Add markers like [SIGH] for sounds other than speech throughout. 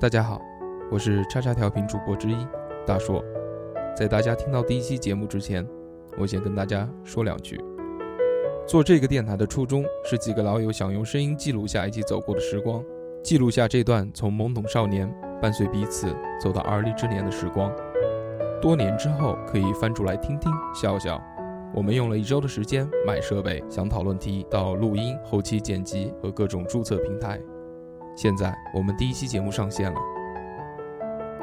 大家好，我是叉叉调频主播之一大硕。在大家听到第一期节目之前，我先跟大家说两句。做这个电台的初衷是几个老友想用声音记录下一起走过的时光，记录下这段从懵懂少年伴随彼此走到而立之年的时光。多年之后可以翻出来听听笑笑。我们用了一周的时间买设备，想讨论题到录音、后期剪辑和各种注册平台。现在我们第一期节目上线了，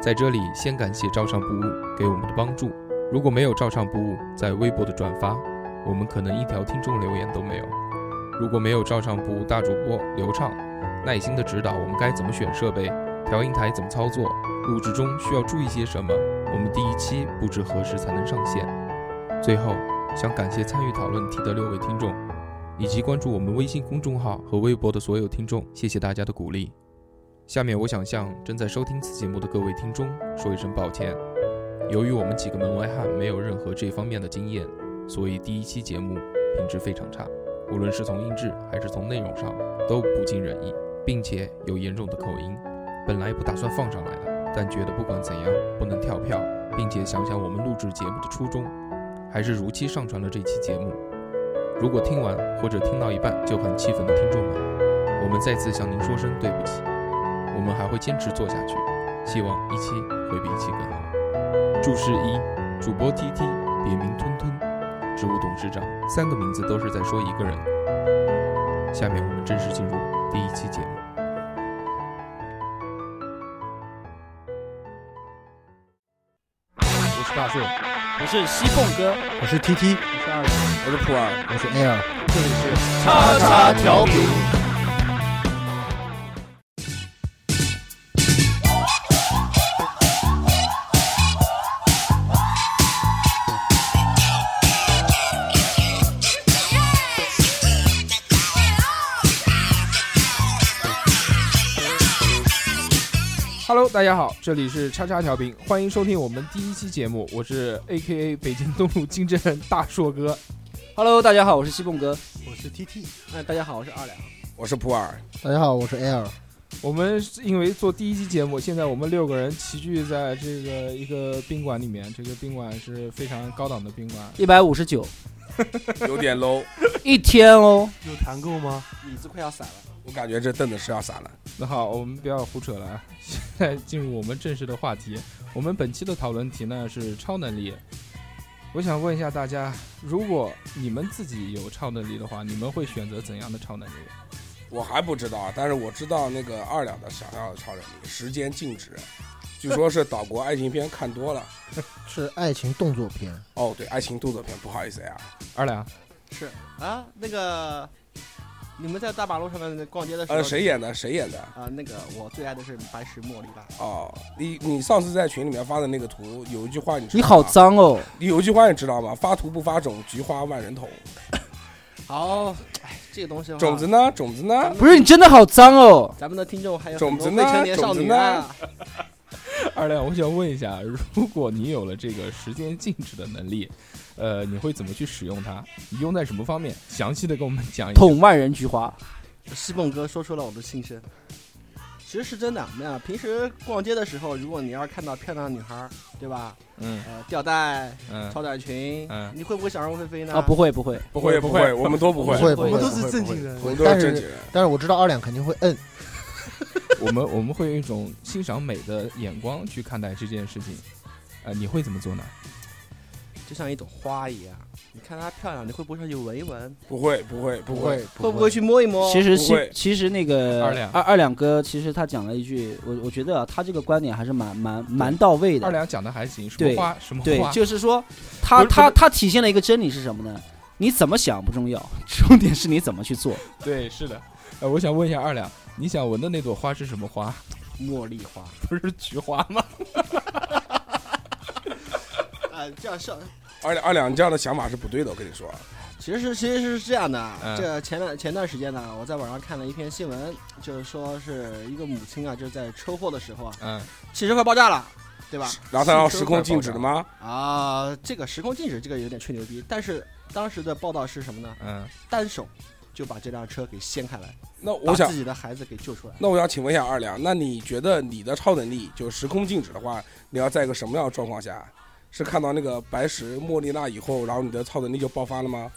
在这里先感谢照常不误给我们的帮助。如果没有照常不误在微博的转发，我们可能一条听众留言都没有。如果没有照常不误大主播刘畅耐心的指导我们该怎么选设备、调音台怎么操作、录制中需要注意些什么，我们第一期不知何时才能上线。最后，想感谢参与讨论题的六位听众，以及关注我们微信公众号和微博的所有听众，谢谢大家的鼓励。下面我想向正在收听此节目的各位听众说一声抱歉，由于我们几个门外汉没有任何这方面的经验，所以第一期节目品质非常差，无论是从音质还是从内容上都不尽人意，并且有严重的口音。本来不打算放上来的，但觉得不管怎样不能跳票，并且想想我们录制节目的初衷，还是如期上传了这期节目。如果听完或者听到一半就很气愤的听众们，我们再次向您说声对不起。我们还会坚持做下去，希望一期会比一期更好。注释一：主播 T T，别名吞吞，职务董事长，三个名字都是在说一个人。下面我们正式进入第一期节目。我是大硕，我是西凤哥，我是 TT，我是普洱，我是 Air。这里是叉叉调频。 Hello，大家好，这里是叉叉调频，欢迎收听我们第一期节目，我是 AKA 北京东路金正大硕哥。 Hello，大家好，我是西凤哥。我是 TT。哎，大家好，我是二两。我是普洱，大家好，我是 Air。我们是因为做第一期节目，现在我们六个人齐聚在这个一个宾馆里面，这个宾馆是非常高档的宾馆。一百五十九有点 low，一天哦，有团购吗？椅子快要散了。我感觉这凳子是要散了。那好，我们不要胡扯了，啊，现在进入我们正式的话题。我们本期的讨论题呢是超能力。我想问一下大家，如果你们自己有超能力的话，你们会选择怎样的超能力？我还不知道，啊但是我知道那个二两的想要的超能力，时间静止，据说是岛国爱情片看多了。是爱情动作片。哦，对，爱情动作片，不好意思呀、二两，是啊，那个你们在大马路上面逛街的时候，呃，谁演的？谁演的？啊、那个我最爱的是白石茉莉吧？哦，你你上次在群里面发的那个图，有一句话你知道你吗好，脏哦，你有一句话你知道吗？发图不发种，菊花万人捅。好，哎，这个东西的话种子，呢？种子呢？不是你真的好脏哦。咱们的听众还 [LAUGHS] 有种很多子未呢成年少女啊，二亮，我想问一下，如果你有了这个时间静止的能力，呃，你会怎么去使用它？你用在什么方面？详细的跟我们讲一下。捅万人菊花，西凤哥说出了我的心声。其实是真的，那平时逛街的时候，如果你要是看到漂亮的女孩儿，对吧？嗯呃，吊带、嗯，超短裙，嗯你会不会想让会飞呢？啊，不，会不会，不会不不会会，我们都不不会，会，不不会会，我们不都会是正经人不我会们不都会是但正是经人。但是我知道二两肯定会摁。我们我们会用一种欣赏美的眼光去看待这件事情。呃，你会怎么做呢？就像一朵花一样，你看她漂亮，你会不会上去闻一闻？不会不会不不会，会，会不会去摸一摸？其实哦不其会其实那个二两二二两哥，其实他讲了一句，我我觉得啊，他这个观点还是蛮蛮蛮到位二的。两讲的还行，什么对花什么对，花，就是说，他不是他不他体现了一个真理是什么呢？你怎么想不重要， [LAUGHS] 重点是你怎么去做。对，是的。呃，我想问一下二两，你想闻的那朵花是什么花？ [LAUGHS] 茉莉花。不是菊花吗？啊，这样笑，二两二两，你这样的想法是不对的，我跟你说。其实是其实是这样的，嗯这前段前段时间呢，我在网上看了一篇新闻，就是说是一个母亲啊，就是在车祸的时候啊，嗯，汽车快爆炸了，对吧？然后他让时空静止了吗？啊，这个时空静止这个有点吹牛逼，但是当时的报道是什么呢？嗯，单手就把这辆车给掀开来，那把我想自，己的孩子给救出来。那我想请问一下二两，那你觉得你的超能力就时空静止的话，你要在一个什么样的状况下？是看到那个白石莫莉娜以后，然后你的超能力就爆发了吗？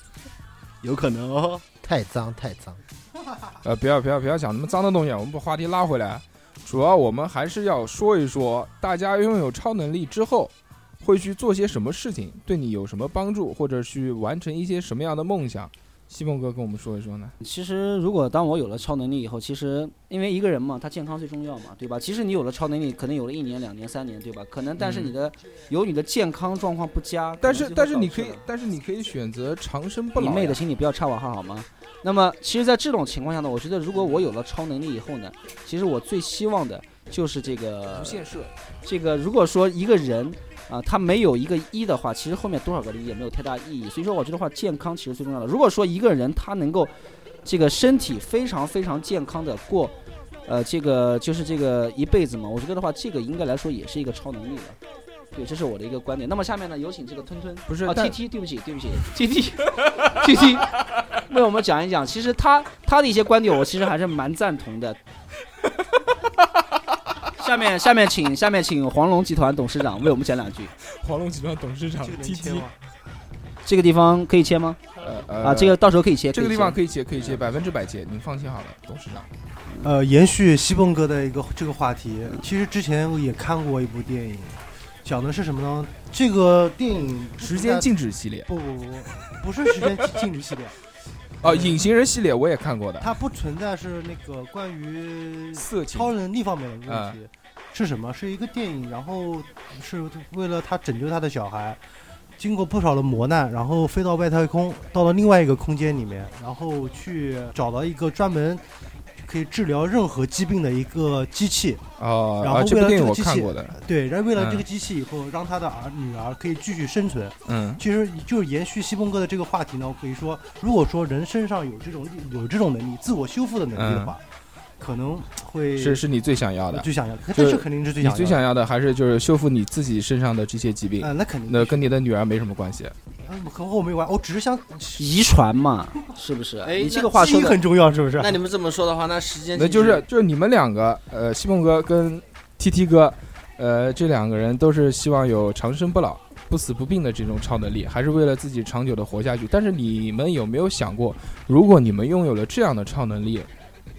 有可能哦，太脏太脏。呃，不要不要不要讲那么脏的东西，啊，我们把话题拉回来。主要我们还是要说一说，大家拥有超能力之后，会去做些什么事情，对你有什么帮助，或者去完成一些什么样的梦想。西凤哥跟我们说一说呢？其实，如果当我有了超能力以后，其实因为一个人嘛，他健康最重要嘛，对吧？其实你有了超能力，可能有了一年、两年、三年，对吧？可能但是嗯你的、有你的健康状况不佳，但可能是就但会是你导可致以了，但是你可以选择长生不你老呀。妹的，请你不要插我话好吗？那么，其实，在这种情况下呢，我觉得如果我有了超能力以后呢，其实我最希望的就是这个无限射，这个如果说一个人啊、他没有一个一的话，其实后面多少个零也没有太大意义。所以说，我觉得话健康其实最重要的。如果说一个人他能够这个身体非常非常健康的过，呃，这个就是这个一辈子嘛，我觉得的话，这个应该来说也是一个超能力了。对，这是我的一个观点。那么下面呢，有请这个吞吞不是啊但 T T，对不起，对 [LAUGHS] 不起 T T T T，为我们讲一讲。其实他他的一些观点，我其实还是蛮赞同 [LAUGHS] 的。下面下面请下面请黄龙集团董事长为我们讲两句。黄龙集团董事长 T T，这个地方可以切吗？呃啊，这个到时候可以切。这个可地以啊切方可以切，可以切，百分之百切，您放心好了，董事长。呃，延续西蹦哥的一个这个话题，其实之前我也看过一部电影，讲的是什么呢？这个电影时间静止系列不不不不，不是时间静止系列，哦，隐形人系列我也看过的，它不存在是那个关于色情超能力方面的问嗯题。是什么？是一个电影，然后是为了他拯救他的小孩，经过不少的磨难，然后飞到外太空，到了另外一个空间里面，然后去找到一个专门可以治疗任何疾病的一个机器。哦，然后啊这为部了电这影个我机看器过的，对，然后为嗯了这个机器以后，让他的儿女儿可以继续生存。嗯其实就是延续西风哥的这个话题呢，我可以说，如果说人身上有这种有这种能力，自我修复的能力的话，可能会嗯是是你最想要的。最想要，可就这肯定是最你想要的。最想要的还是就是修复你自己身上的这些疾病，嗯，那肯定。那跟你的女儿没什么关系。嗯和我没关，我只是想遗传嘛，是不是？哎你这那个话记说忆的很重要，是不是？那你们这么说的话，那时间那静止就是就是你们两个，呃，西梦哥跟 T T 哥，呃，这两个人都是希望有长生不老、不死不病的这种超能力，还是为了自己长久的活下去。但是你们有没有想过，如果你们拥有了这样的超能力，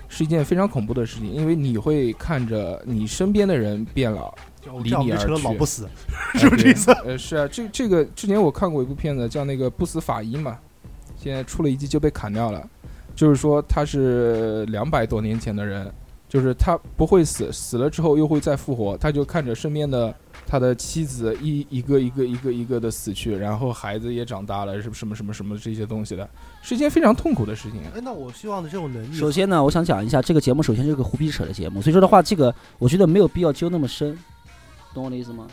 是一件非常恐怖的事情，因为你会看着你身边的人变老，我哦这样我离们你就成而了老去不死， [LAUGHS] 是不是这意思？呃，是啊，这这个之前我看过一部片子，叫那个《不死法医》嘛，现在出了一季就被砍掉了。就是说他是两百多年前的人，就是他不会死，死了之后又会再复活，他就看着身边的他的妻子一一个一个一个一个的死去，然后孩子也长大了，什么什么什么什么这些东西的，是一件非常痛苦的事情。哎，那我希望的这种能力，首先呢，我想讲一下这个节目，首先是个胡逼扯的节目，所以说的话，这个我觉得没有必要揪那么深，懂我的意思吗？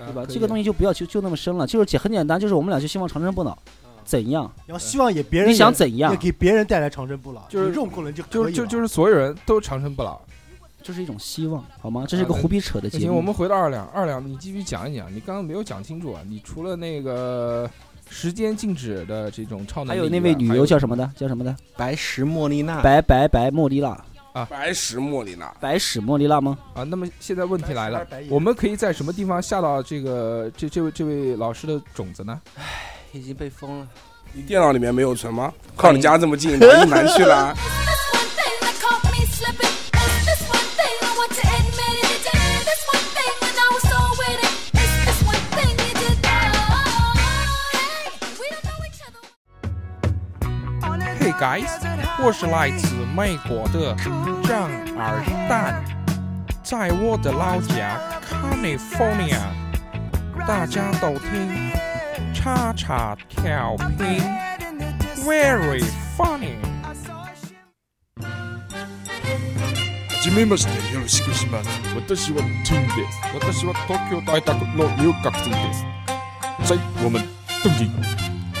呃对吧？这个东西西就不要揪揪那么深了，就是简很简单，就是我们俩就希望长生不老，啊怎样？然后希望也别人你也想怎样也？给别人带来长生不老，就是有这种功能就可以就了。就就是所有人都长生不老。这是一种希望，好吗？这是一个啊胡逼扯的不节行，目。我们回到二两，二两，你继续讲一讲，你刚刚没有讲清楚啊。你除了那个时间静止的这种超能还力以有啊外，那位女还优叫什么的？叫什么的？白石莫莉娜，白白白茉莉娜，白石莫莉娜，白史茉莉娜吗？啊？那么现在问题来了白石还是白，眼我们可以在什么地方下到这个这这位这位老师的种子呢？已经被封了。你电脑里面没有存吗？靠你家这么近，哪一难去 [LAUGHS] 了？ This one thing that caught me slipping. It's this one thing I want to admit it. It's this one thing when I was so with it. It's this one thing you did. Oh, Hey, we don't know each other. Hey guys，我是来自美国的张二蛋，在我的老家 California，大家都听叉叉调频，very funny。私はチンです。私は東京大学の留学生です。在我们东京，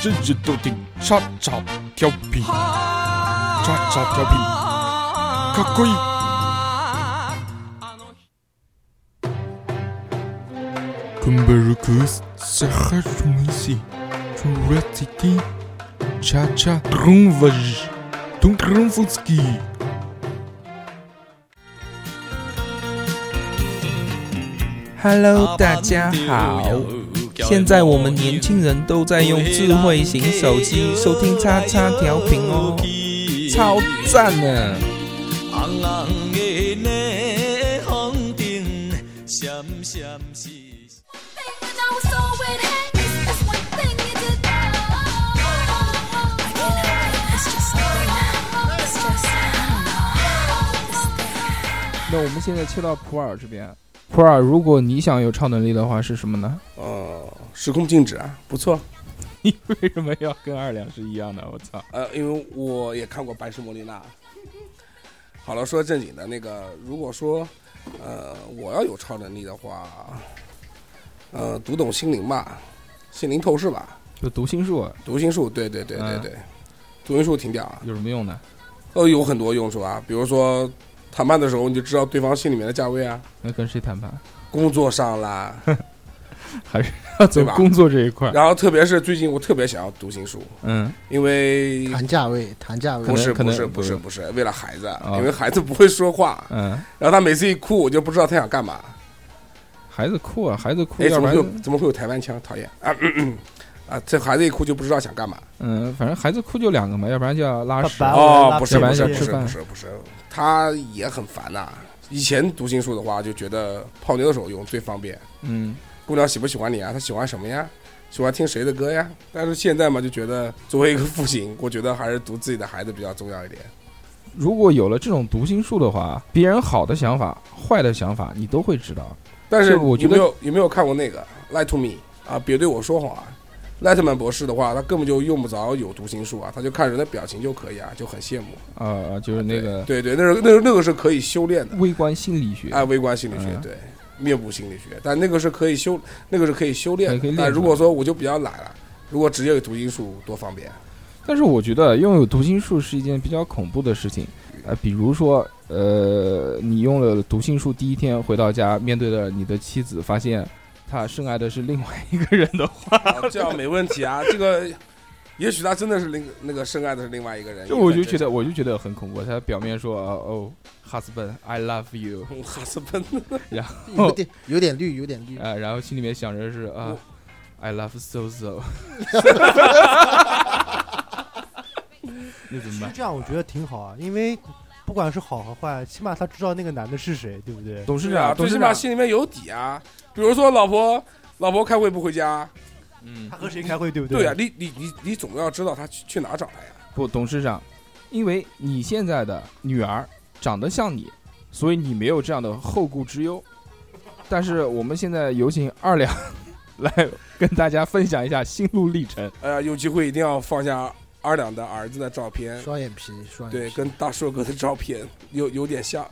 日日都听叉叉调皮，叉叉调皮，かっこいい。コンベルクス、サハルミシ、チュラティティ、チャチャ、ドンヴァジ、东克隆夫斯基。 Hello，大家好。现在我们年轻人都在用智慧型手机收听叉叉调频哦，超赞呢！Oh, 那我们现在切到普洱这边，普洱，如果你想有超能力的话是什么呢？ [LAUGHS] 呃，时空静止啊，不错。为什么要跟二两是一样的？我操！呃，因为我也看过《白石摩丽娜》。好了，说正经的，那个如果说，呃，我要有超能力的话，呃，读懂心灵吧，心灵透视吧，就读心术读心术，对对对对嗯对，读心术挺屌啊，有什么用呢？呃，有很多用处啊，比如说谈判的时候你就知道对方心里面的价位啊，那跟谁 [LAUGHS] 谈判？工作上啦， [LAUGHS] 还是要走对吧工作这一块儿？然后特别是最近我特别想要读心术， [LAUGHS] 嗯，因为谈价位，谈价位不，是可不能是不不是是不是为了孩子，啊因为孩子不会说话，嗯，然后他每次一哭我就不知道他想干嘛。孩子哭啊，孩子哭，哎，要怎不么然会有怎么会有台湾腔？讨厌啊！咳咳啊，这孩子一哭就不知道想干嘛。嗯，反正孩子哭就两个嘛，要不然就要啊拉屎爸。爸哦，拉不不是起来不是要不吃是饭不是不是，他也很烦呐、以前读心术的话，就觉得泡妞的时候用最方便。嗯，姑娘喜不喜欢你啊？她喜欢什么呀？喜欢听谁的歌呀？但是现在嘛，就觉得作为一个父亲，我觉得还是读自己的孩子比较重要一点。如果有了这种读心术的话，别人好的想法、坏的想法，你都会知道。但是是我觉有没得有有没有看过那个《Lie to Me》啊？别对我说谎啊！赖特曼博士的话，他根本就用不着有读心术啊，他就看人的表情就可以啊，就很羡慕。呃，就是那个对对，那是那是那个是可以修炼的，微观心理学，啊，微观心理学嗯对，面部心理学，但那个是可以修，那个是可以修炼可以可以的。练但出如果说我就比较懒了，如果直接有读音术多方便。但是我觉得拥有读心术是一件比较恐怖的事情，呃，比如说，呃，你用了读心术第一天回到家，面对了你的妻子，发现她深爱的是另外一个人的话， [LAUGHS] 啊，这样没问题啊，这个也许他真的是另那个深爱的是另外一个人。就我就觉得我就觉得很恐怖。她表面说啊哦，husband，I love you， [LAUGHS] 哈斯本，有哦点有点绿，有点绿。啊，然后心里面想着是啊，I love so [LAUGHS] so，那怎其么 [LAUGHS] 实办？这样我觉得挺好啊，因为不管是好和坏，起码他知道那个男的是谁，对不对？董事是长，啊，董最起事码长，心里面有底啊。比如说老婆，老婆开会不回家，嗯他，和谁开会，对不对对啊呀、你你你你总要知道他去去哪儿找他呀。不，董事长，因为你现在的女儿长得像你，所以你没有这样的后顾之忧。但是我们现在有请二两 [LAUGHS] 来跟大家分享一下心路历程。哎呀，有机会一定要放下二两的儿子的照片，双眼皮，啊双眼对，皮。跟大硕哥的照片有有点像，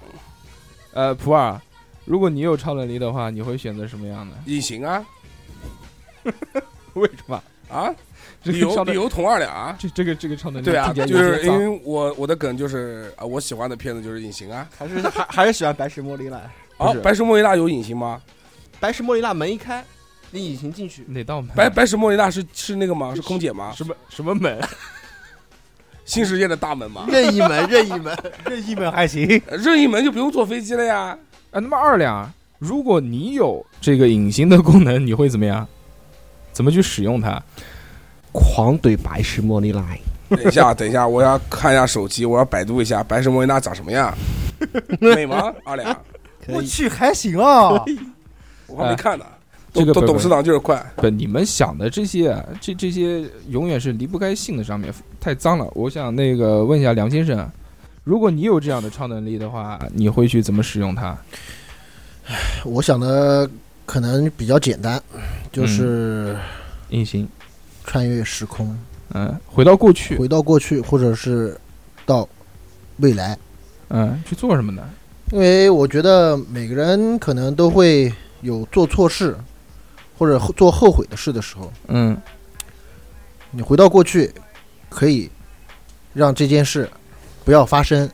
呃，普洱，如果你有超能力的话，你会选择什么样的？ [LAUGHS] 隐形啊为什么？啊，这理个由超理能由同二两啊。这这个这个超能力对啊，听就起来有是些因脏为我我的梗就是啊，我喜欢的片子就是隐形啊。还是还还是喜欢白石茉莉娜。不哦是，嗯白石莫莉娜有隐形吗？白石茉莉娜门一开，你隐形进去，哪道门？啊白白啊石莫莉娜是是那个吗？是空姐吗？什么什么门？啊新世界的大门吗？任意门，任意 [LAUGHS] 门。任意门还行，呃任意门就不用坐飞机了呀。 [LAUGHS] 啊，那么二两，如果你有这个隐形的功能，你会怎么样？怎么去使用它？狂怼白石茉莉娜，等一下， [LAUGHS] 等一下，我要看一下手机，我要百度一下白石莫莉娜长什 [LAUGHS] 么样，美吗？二两，我去还行啊。我还没看呢。哎这个董不董不事长就是快，不，你们想的这些啊，这这些永远是离不开性的上面，太脏了。我想那个问一下梁先生，啊如果你有这样的超能力的话，你会去怎么使用它？我想的可能比较简单，嗯就是隐形，穿越时空，嗯，回到过去，回到过去，或者是到未来。嗯，去做什么呢？因为我觉得每个人可能都会有做错事或者后做后悔的事的时候，嗯，你回到过去，可以让这件事不要发生。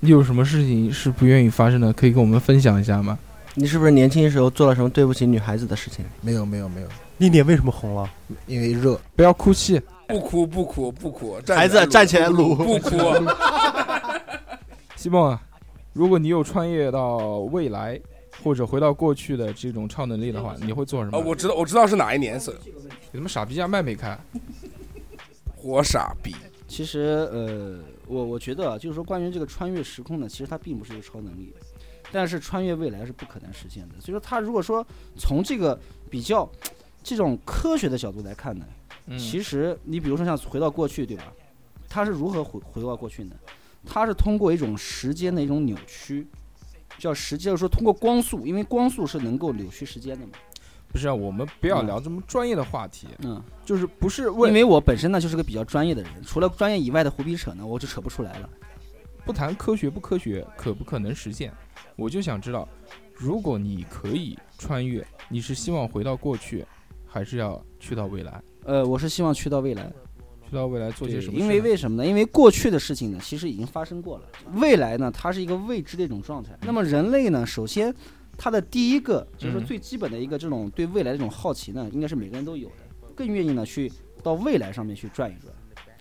你有什么事情是不愿意发生的，可以跟我们分享一下吗？你是不是年轻时候做了什么对不起女孩子的事情？没有，没有，没有，你脸为什么红了？因为热。不要哭泣，不哭不哭不哭，孩子站起来撸不哭。不哭西梦啊，如果你有穿越到未来或者回到过去的这种超能力的话，你会做什么？哦，我知道我知道是哪一年是，你他妈傻逼啊家麦没开，我傻逼。其实呃，我我觉得啊，就是说关于这个穿越时空呢，其实它并不是一个超能力，但是穿越未来是不可能实现的。所以说，它如果说从这个比较这种科学的角度来看呢，嗯其实你比如说像回到过去，对吧？它是如何回回到过去呢？它是通过一种时间的一种扭曲，叫时间，就是说通过光速，因为光速是能够扭曲时间的嘛。不是啊，我们不要聊这么专业的话题，嗯，就是不是因为为我本身呢就是个比较专业的人，除了专业以外的胡逼扯呢，我就扯不出来了。不谈科学不科学，可不可能实现？我就想知道，如果你可以穿越，你是希望回到过去，还是要去到未来？呃，我是希望去到未来，去到未来做些对什么事呢？因为为什么呢？因为过去的事情呢，其实已经发生过了。未来呢，它是一个未知的一种状态。那么人类呢，首先它的第一个就嗯是说最基本的一个这种对未来的这种好奇呢，应该是每个人都有的，更愿意呢去到未来上面去转一转。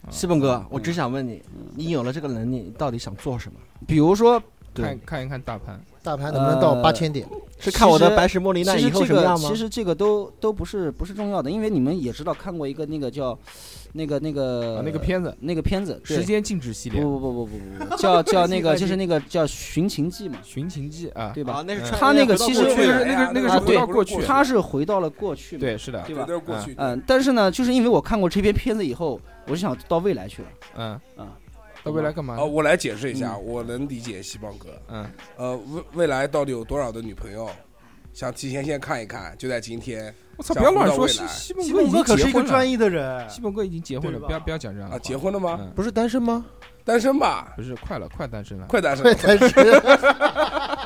西本哥，我只想问你，你有了这个能力，你到底想做什么？比如说，看看一看大盘，大盘能不能到呃八千点？是看我其的实白石茉莉其娜实以后这什么个样吗其？实这个都都不是不是重要的，因为你们也知道看过一个那个叫那个那个、啊，那个片子那个片子《呃对时间静止》系列不《不不不不不不，叫叫那个就是那个叫《寻秦记》嘛，寻秦记》啊，对吧？啊，那是嗯穿他那个回到其实过那去个是哎了那个那个是回到啊对过去，啊他是回到了过去嘛，对是的，对这吧？都是过去的。嗯，但是呢，就是因为我看过这篇片子以后，我就想到未来去了。嗯啊，到未来干嘛呢？哦，我来解释一下，我能理解西邦哥。嗯，呃，未未来到底有多少的女朋友？想提前先看一看，就在今天我操，想不要乱回到说，未西来西蒙西哥已蒙经哥可结是一个婚专了，业的人，西蒙哥已经结婚了，对吧不要不要讲这样的啊，话结婚了吗？啊嗯，不是单身吗？单身吧，不是快了，快单身了，快单身 [LAUGHS] 对，了。单身。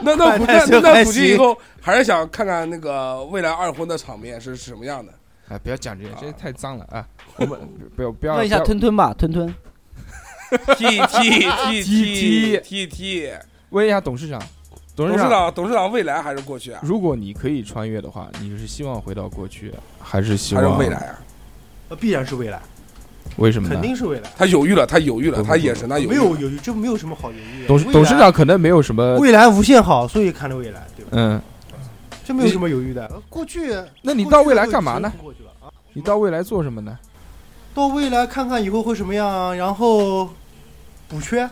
那那不那快 [LAUGHS] 单身那还估计以行后还是想看看那个未来二婚的场面是什么样的。哎，不要讲这些，啊这些太脏了啊！我们不要不要问一下不要吞吞吧，吞吞， [LAUGHS] T T T TT T T，问一下董事长，董董事长，事长，董事长，未来还是过去啊？如果你可以穿越的话，你是希望回到过去，还是希还望是未来？啊？呃必然是未来，为什么肯呢？定是未来。他犹豫了，他犹豫不了，不他不眼神他犹没豫有了。有这没有什么好犹豫的。董未事来董事长可能没有什么，未来无限好，所以看着未来，对吧？嗯，这没有什么犹豫的。过去那你过到去未的来就干嘛直接呢？冲过去了啊你到未来做什么呢？到未来看看以后会什么样，然后补缺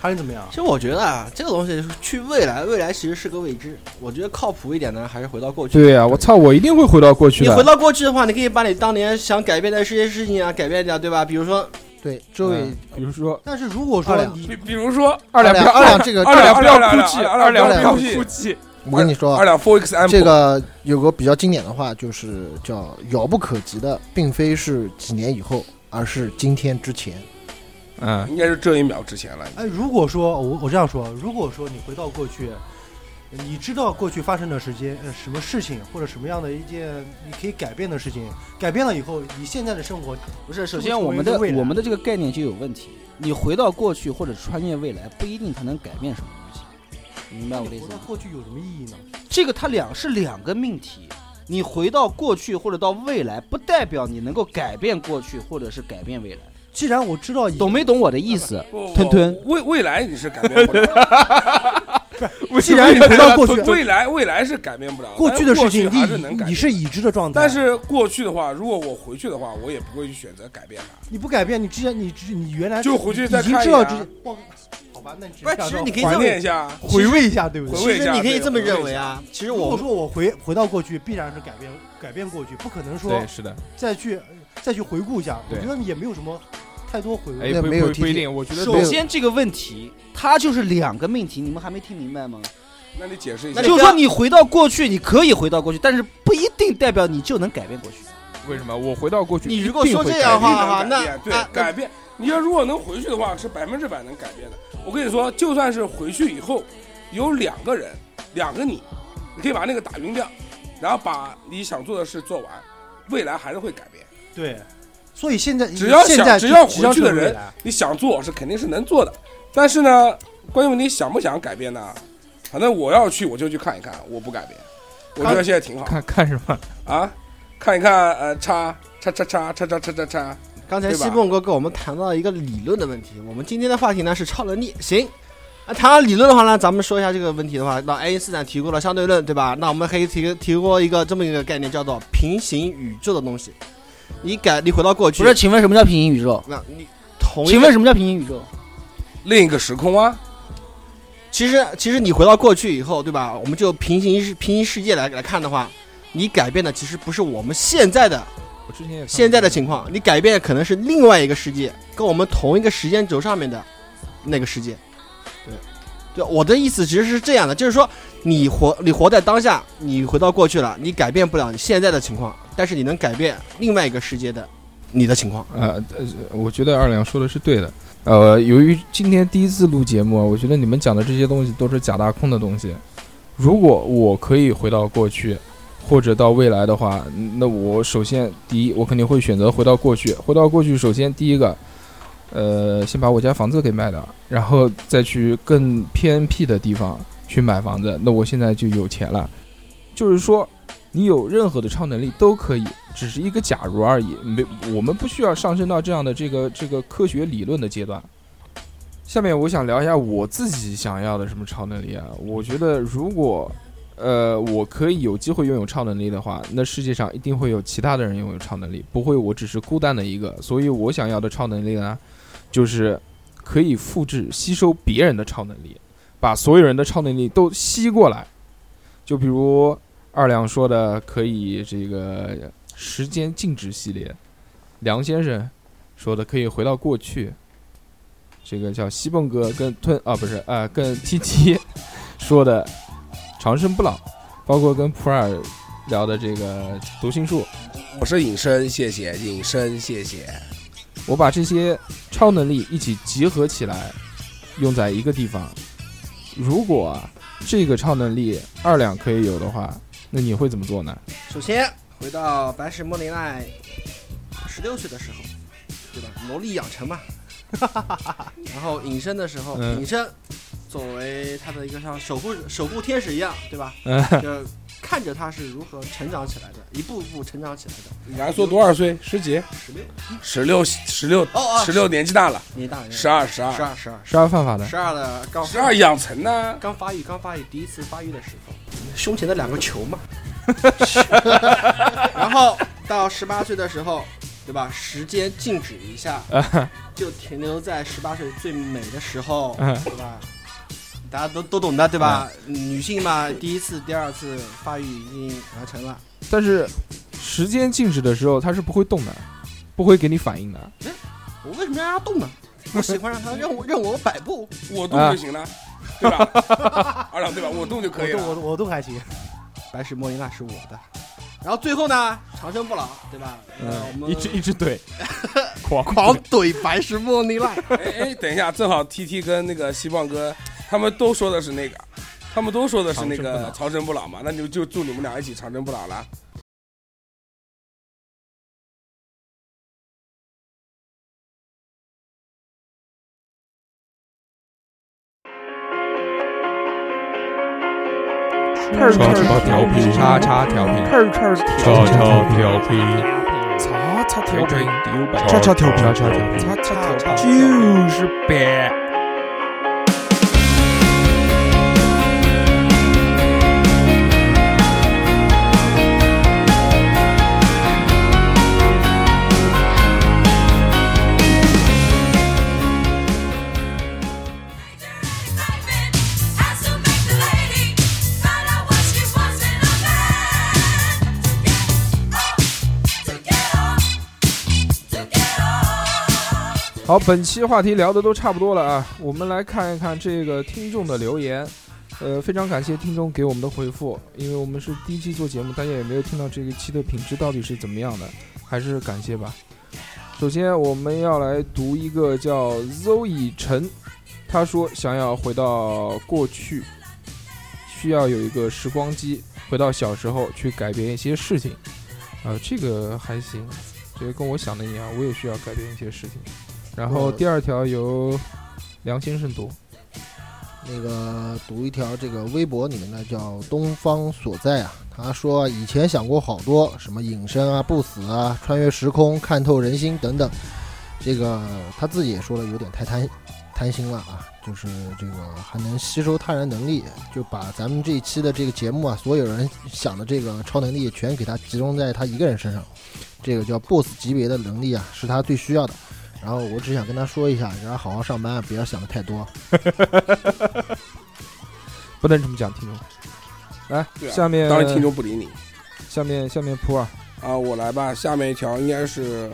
还是怎么样其？实我觉得啊，这个东西去未来，未来其实是个未知。我觉得靠谱一点呢，还是回到过去。对呀，我操，我一定会回到过去你的回。到过去的话，你可以把你当年想改变的这些事情啊，改变掉，对吧？比如说，对周围嗯，比如说但是如果二说两你比比如说，啊二两两不要二两这个，二两两不要二两哭泣，二两两二不两要不要哭哭泣，我跟你说二啊，两 four x m 这个有个比较经典的话，就是叫遥不可及的，并非是几年以后，而是今天之前。嗯，应该是这一秒之前了。哎，如果说我我这样说，如果说你回到过去，你知道过去发生的时间、呃、什么事情或者什么样的一件你可以改变的事情，改变了以后，你现在的生活不是，首这先不是我们的未来我们的这个概念就有问题。你回到过去或者穿越未来，不一定它能改变什么东西，明白我的你意思回到吗？过去有什么意义呢？这个它两是两个命题。你回到过去或者到未来，不代表你能够改变过去或者是改变未来，既然我知道以懂没懂我的意思？不吞吞，我未未来你是改变不了， [LAUGHS] 既然你回到过去， [LAUGHS] 未来未来是改变不了，过但去是的事过情还是能你改已变。你是已知的状态，但是过去的话，如果我回去的话，我也不会去选择改变它。你不改变，你之前你之你原来就回去已再经看一知道眼之啊前，哇好吧，那你不是其实你可以这怀么念一下，回味一下，对不对回？其味一实下你可以对这么回味一认为啊。其实如我果说我回回到过去，必然是改变改变过去，不可能说对，是的，再去再去回顾一下，我对觉得也没有什么太多回哎，味。那不没有不提不一及定，我觉得首首没有先，这个问题它就是两个命题，你们还没听明白吗？那你解释一下那，就是不要说，你回到过去，你可以回到过去，但是不一定代表你就能改变过去。为什么我回到过去，你如果说这样的一定话，能改哈，那变对那改变。你要如果能回去的话，是百分之百能改变的。我跟你说，就算是回去以后有两个人，两个你，你可以把那个打晕掉，然后把你想做的事做完，未来还是会改变。对，所以现在只要现想在只要只要回去的是未人来你想做是肯定是能做的，但是呢，关键问题想不想改变呢？反正我要去，我就去看一看，我不改变，我觉得现在挺好看看什么？啊。看一看呃叉叉叉叉叉叉叉叉叉，刚才对吧西贡哥跟我们谈到一个理论的问题，我们今天的话题呢是超能力。行，那谈到理论的话呢，咱们说一下这个问题的话，那爱因斯坦提过了相对论，对吧？那我们可以提提过一个这么一个概念，叫做平行宇宙的东西。你改，你回到过去，不是，请问什么叫平行宇宙？那你同一个请问什么叫平行宇宙？另一个时空啊，其实其实你回到过去以后，对吧？我们就平行世平行世界来来看的话，你改变的其实不是我们现在的我之前也看过现在的情况，你改变的可能是另外一个世界，跟我们同一个时间轴上面的那个世界。对，对，我的意思其实是这样的，就是说你活你活在当下，你回到过去了，你改变不了你现在的情况，但是你能改变另外一个世界的你的情况。呃，呃我觉得二两说的是对的。呃，由于今天第一次录节目啊，我觉得你们讲的这些东西都是假大空的东西。如果我可以回到过去，或者到未来的话，嗯那我首先第一，我肯定会选择回到过去。回到过去，首先第一个，呃，先把我家房子给卖了，然后再去更偏僻的地方去买房子。那我现在就有钱了。就是说，你有任何的超能力都可以，只是一个假如而已。没，我们不需要上升到这样的这个这个科学理论的阶段。下面我想聊一下我自己想要的什么超能力啊？我觉得如果呃我可以有机会拥有超能力的话，那世界上一定会有其他的人拥有超能力，不会我只是孤单的一个。所以我想要的超能力呢，就是可以复制吸收别人的超能力，把所有人的超能力都吸过来。就比如二两说的，可以这个时间静止系列，梁先生说的可以回到过去，这个叫西蹦哥跟吞啊不是啊跟 T T 说的长生不老，包括跟普洱聊的这个读心术，我是隐身，谢谢隐身，谢谢。我把这些超能力一起集合起来，用在一个地方。如果啊这个超能力二两可以有的话，那你会怎么做呢？首先回到白石莫林奈十六岁的时候，对吧？萝莉养成嘛。然后隐身的时候，嗯隐身作为他的一个像守护守护天使一样，对吧？嗯就看着他是如何成长起来的，一步步成长起来的。你刚才说多少岁？十几？十六，十六？十六？哦哦，十六年纪大了，年大人，十，二，十十二，二，十二，十二犯法的，十二的刚十二养成呢？刚发育，刚发育，第一次发育的时候，胸前的两个球 [LAUGHS] 嘛。然后到十八岁的时候，对吧？时间静止一 [LAUGHS] 下，就停留在十八岁最美的时候， [LAUGHS] 嗯对吧？大家都都懂的，对吧？女性嘛，第一次、第二次发育已经完成了。但是时间静止的时候，它是不会动的，不会给你反应的。我为什么要让她动呢？我喜欢让她任我任我摆布，我动就行了，对吧？二两对吧？我动就可以我都了。我我都还行，白石莫妮娜是我的。然后最后呢，长生不老，对吧？呃我们一直怼，狂狂怼白石莫妮娜。哎哎，等一下，正好 T T 跟那个西棒哥，他们都说的是那个，他们都说的是那个长生不老嘛，那你就祝你们俩一起长生不老了。超超调皮，叉叉调皮，超超调皮，叉叉调皮，叉叉调皮，叉叉调皮，叉叉调皮，就是白。好，本期话题聊的都差不多了啊，我们来看一看这个听众的留言。呃，非常感谢听众给我们的回复，因为我们是第一期做节目，大家也没有听到这个期的品质到底是怎么样的，还是感谢吧。首先，我们要来读一个叫 Zoe 陈，他说想要回到过去，需要有一个时光机，回到小时候去改变一些事情。啊、这个还行，这个跟我想的一样，我也需要嗯改变一些事情。然后我第二条由梁先生读，那个读一条这个微博里面的叫东方所在啊，他说以前想过好多什么隐身啊、不死啊、穿越时空、看透人心等等，这个他自己也说了，有点太贪贪心了啊，就是这个还能吸收他人能力，就把咱们这一期的这个节目啊，所有人想的这个超能力全给他集中在他一个人身上，这个叫 BOSS 级别的能力啊，是他最需要的。然后我只想跟他说一下，让他好好上班，不要想的太多。不能这么讲，听众。来，对啊下面当然听众不理你下面下面普洱，啊，我来吧。下面一条应该是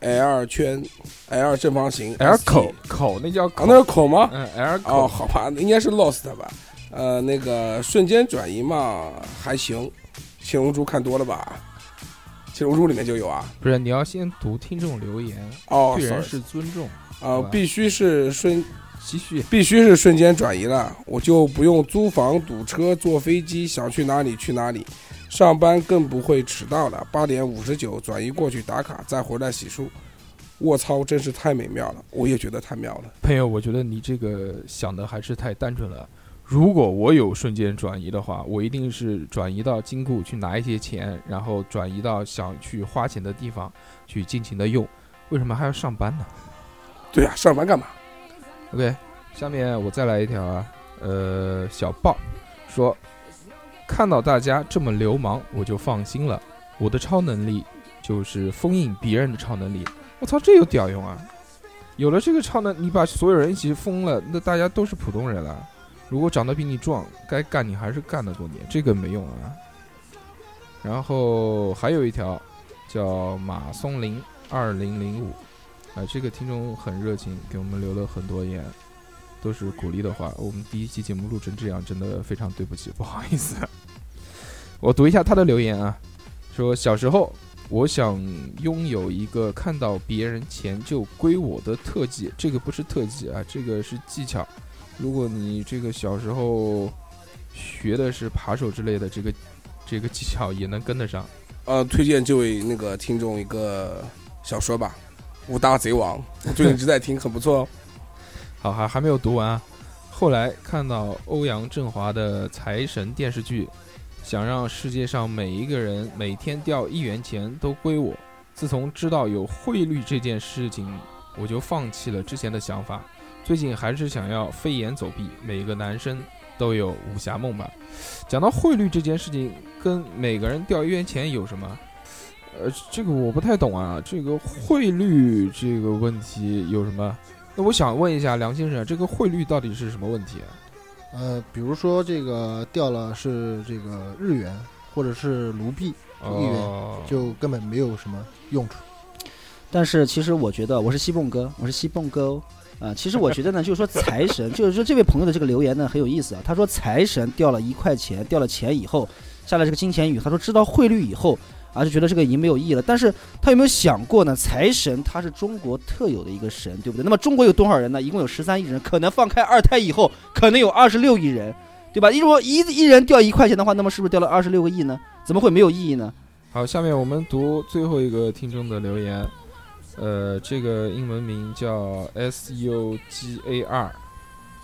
L 圈 L 正方形 L SE 口口那叫啊口，，那是口吗？嗯 L 口哦，好吧，应该是 Lost 吧。呃，那个瞬间转移嘛，还行。七龙珠看多了吧？七龙珠里面就有啊。不是你要先读听众留言，哦，对人 sorry 是尊重，啊好吧，必须是瞬，继续。必须是瞬间转移了，我就不用租房、堵车、坐飞机，想去哪里去哪里。上班更不会迟到了，八点五十九转移过去打卡，再回来洗漱。卧槽，真是太美妙了！我也觉得太妙了。朋友，我觉得你这个想的还是太单纯了。如果我有瞬间转移的话，我一定是转移到金库去拿一些钱，然后转移到想去花钱的地方去尽情的用。为什么还要上班呢对啊，上班干嘛？ ？OK，下面我再来一条啊，呃，小豹说，看到大家这么流氓，我就放心了。我的超能力就是封印别人的超能力。我操，这有屌用啊！有了这个超能，你把所有人一起封了，那大家都是普通人了。如果长得比你壮，该干你还是干得过你，这个没用啊。然后还有一条叫马松林二零零五，啊，这个听众很热情，给我们留了很多言，都是鼓励的话。我们第一期节目录成这样，真的非常对不起，不好意思。 [LAUGHS] 我读一下他的留言啊，说小时候我想拥有一个看到别人钱就归我的特技，这个不是特技啊，这个是技巧。如果你这个小时候学的是扒手之类的，这个这个技巧也能跟得上。呃，推荐这位那个听众一个小说吧，《武大贼王》，我最近一直在听，很不错哦。好，还还没有读完啊。后来看到欧阳震华的《财神》电视剧，想让世界上每一个人每天掉一元钱都归我。自从知道有汇率这件事情，我就放弃了之前的想法。最近还是想要飞檐走壁，每个男生都有武侠梦吧。讲到汇率这件事情，跟每个人掉一元钱有什么？呃，这个我不太懂啊。这个汇率这个问题有什么？那我想问一下梁先生，这个汇率到底是什么问题啊？呃，比如说这个掉了是这个日元或者是卢币，一元哦，就根本没有什么用处。但是其实我觉得我是西蹦哥，我是西蹦哥哦。啊、其实我觉得呢，就是说财神， [LAUGHS] 就是说这位朋友的这个留言呢很有意思啊。他说财神掉了一块钱，掉了钱以后下了这个金钱雨，他说知道汇率以后啊就觉得这个已经没有意义了。但是他有没有想过呢？财神他是中国特有的一个神，对不对？那么中国有多少人呢？一共有十三亿人，可能放开二胎以后，可能有二十六亿人，对吧？如果一一人掉一块钱的话，那么是不是掉了二十六个亿呢？怎么会没有意义呢？好，下面我们读最后一个听众的留言，呃，这个英文名叫 S U G A R，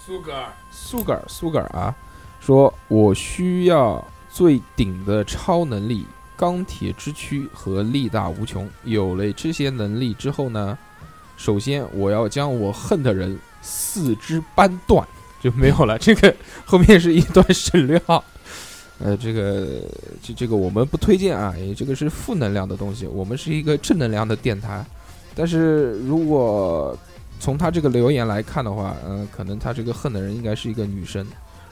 苏格尔，苏格尔苏格尔啊，说我需要最顶的超能力钢铁之躯和力大无穷。有了这些能力之后呢，首先我要将我恨的人四肢掰断，就没有了。这个后面是一段 [LAUGHS] 省略号。呃，这个这这个我们不推荐啊，也这个是负能量的东西。我们是一个正能量的电台，但是如果从他这个留言来看的话，嗯、可能他这个恨的人应该是一个女生。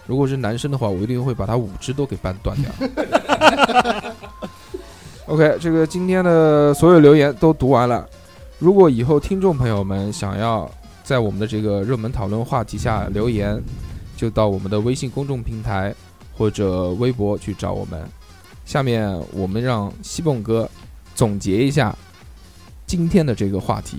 如果是男生的话，我一定会把他五肢都给掰断掉。OK，这个今天的所有留言都读完了。如果以后听众朋友们想要在我们的这个热门讨论话题下留言，就到我们的微信公众平台或者微博去找我们。下面我们让西蹦哥总结一下今天的这个话题。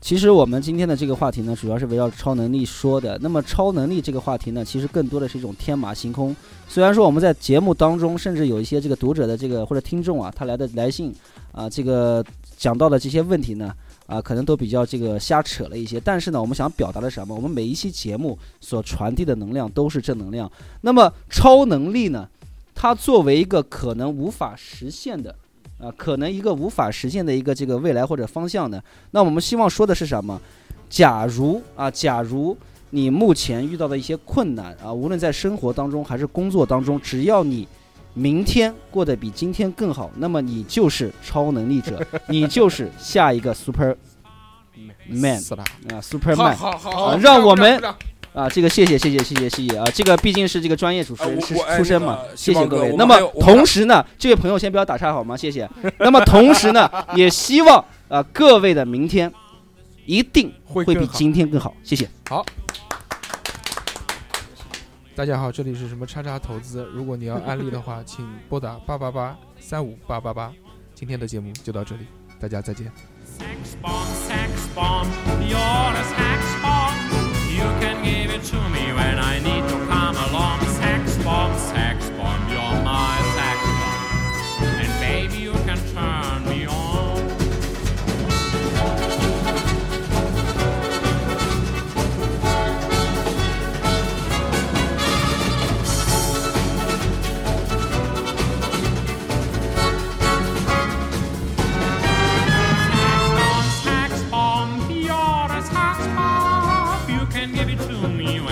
其实我们今天的这个话题呢，主要是围绕超能力说的。那么超能力这个话题呢，其实更多的是一种天马行空。虽然说我们在节目当中，甚至有一些这个读者的这个或者听众啊，他来的来信啊，这个讲到的这些问题呢，啊、可能都比较这个瞎扯了一些。但是呢，我们想表达的是什么？我们每一期节目所传递的能量都是正能量。那么超能力呢，它作为一个可能无法实现的。啊，可能一个无法实现的一个这个未来或者方向呢？那我们希望说的是什么？假如啊，假如你目前遇到的一些困难啊，无论在生活当中还是工作当中，只要你明天过得比今天更好，那么你就是超能力者，你就是下一个 super man 死了，啊好，superman 好好啊好，让鼓掌我们鼓掌啊，这个谢谢谢谢谢谢谢谢啊，这个毕竟是这个专业主持人啊我是我哎出身嘛那，个谢希谢望各哥位。我那么们还有我们还同有时呢，这位朋友先不要打岔好吗？谢谢。那么同时呢，也希望啊各位的明天一定会会比更好。今天更好，谢谢。大家好，这里是什么叉叉投资？如果你要安利的话，请拨打八八八三五八八八。今天的节目就到这里，大家再见。 Sax bomb, sax bomb, you're a sax bomb. You can give it to me when I need to come along. Sax bomb, sax bomb, you're my sax bomb. And baby, you can turn me on. Sax bomb, sax bomb, you're a sax bomb. You can give it to me when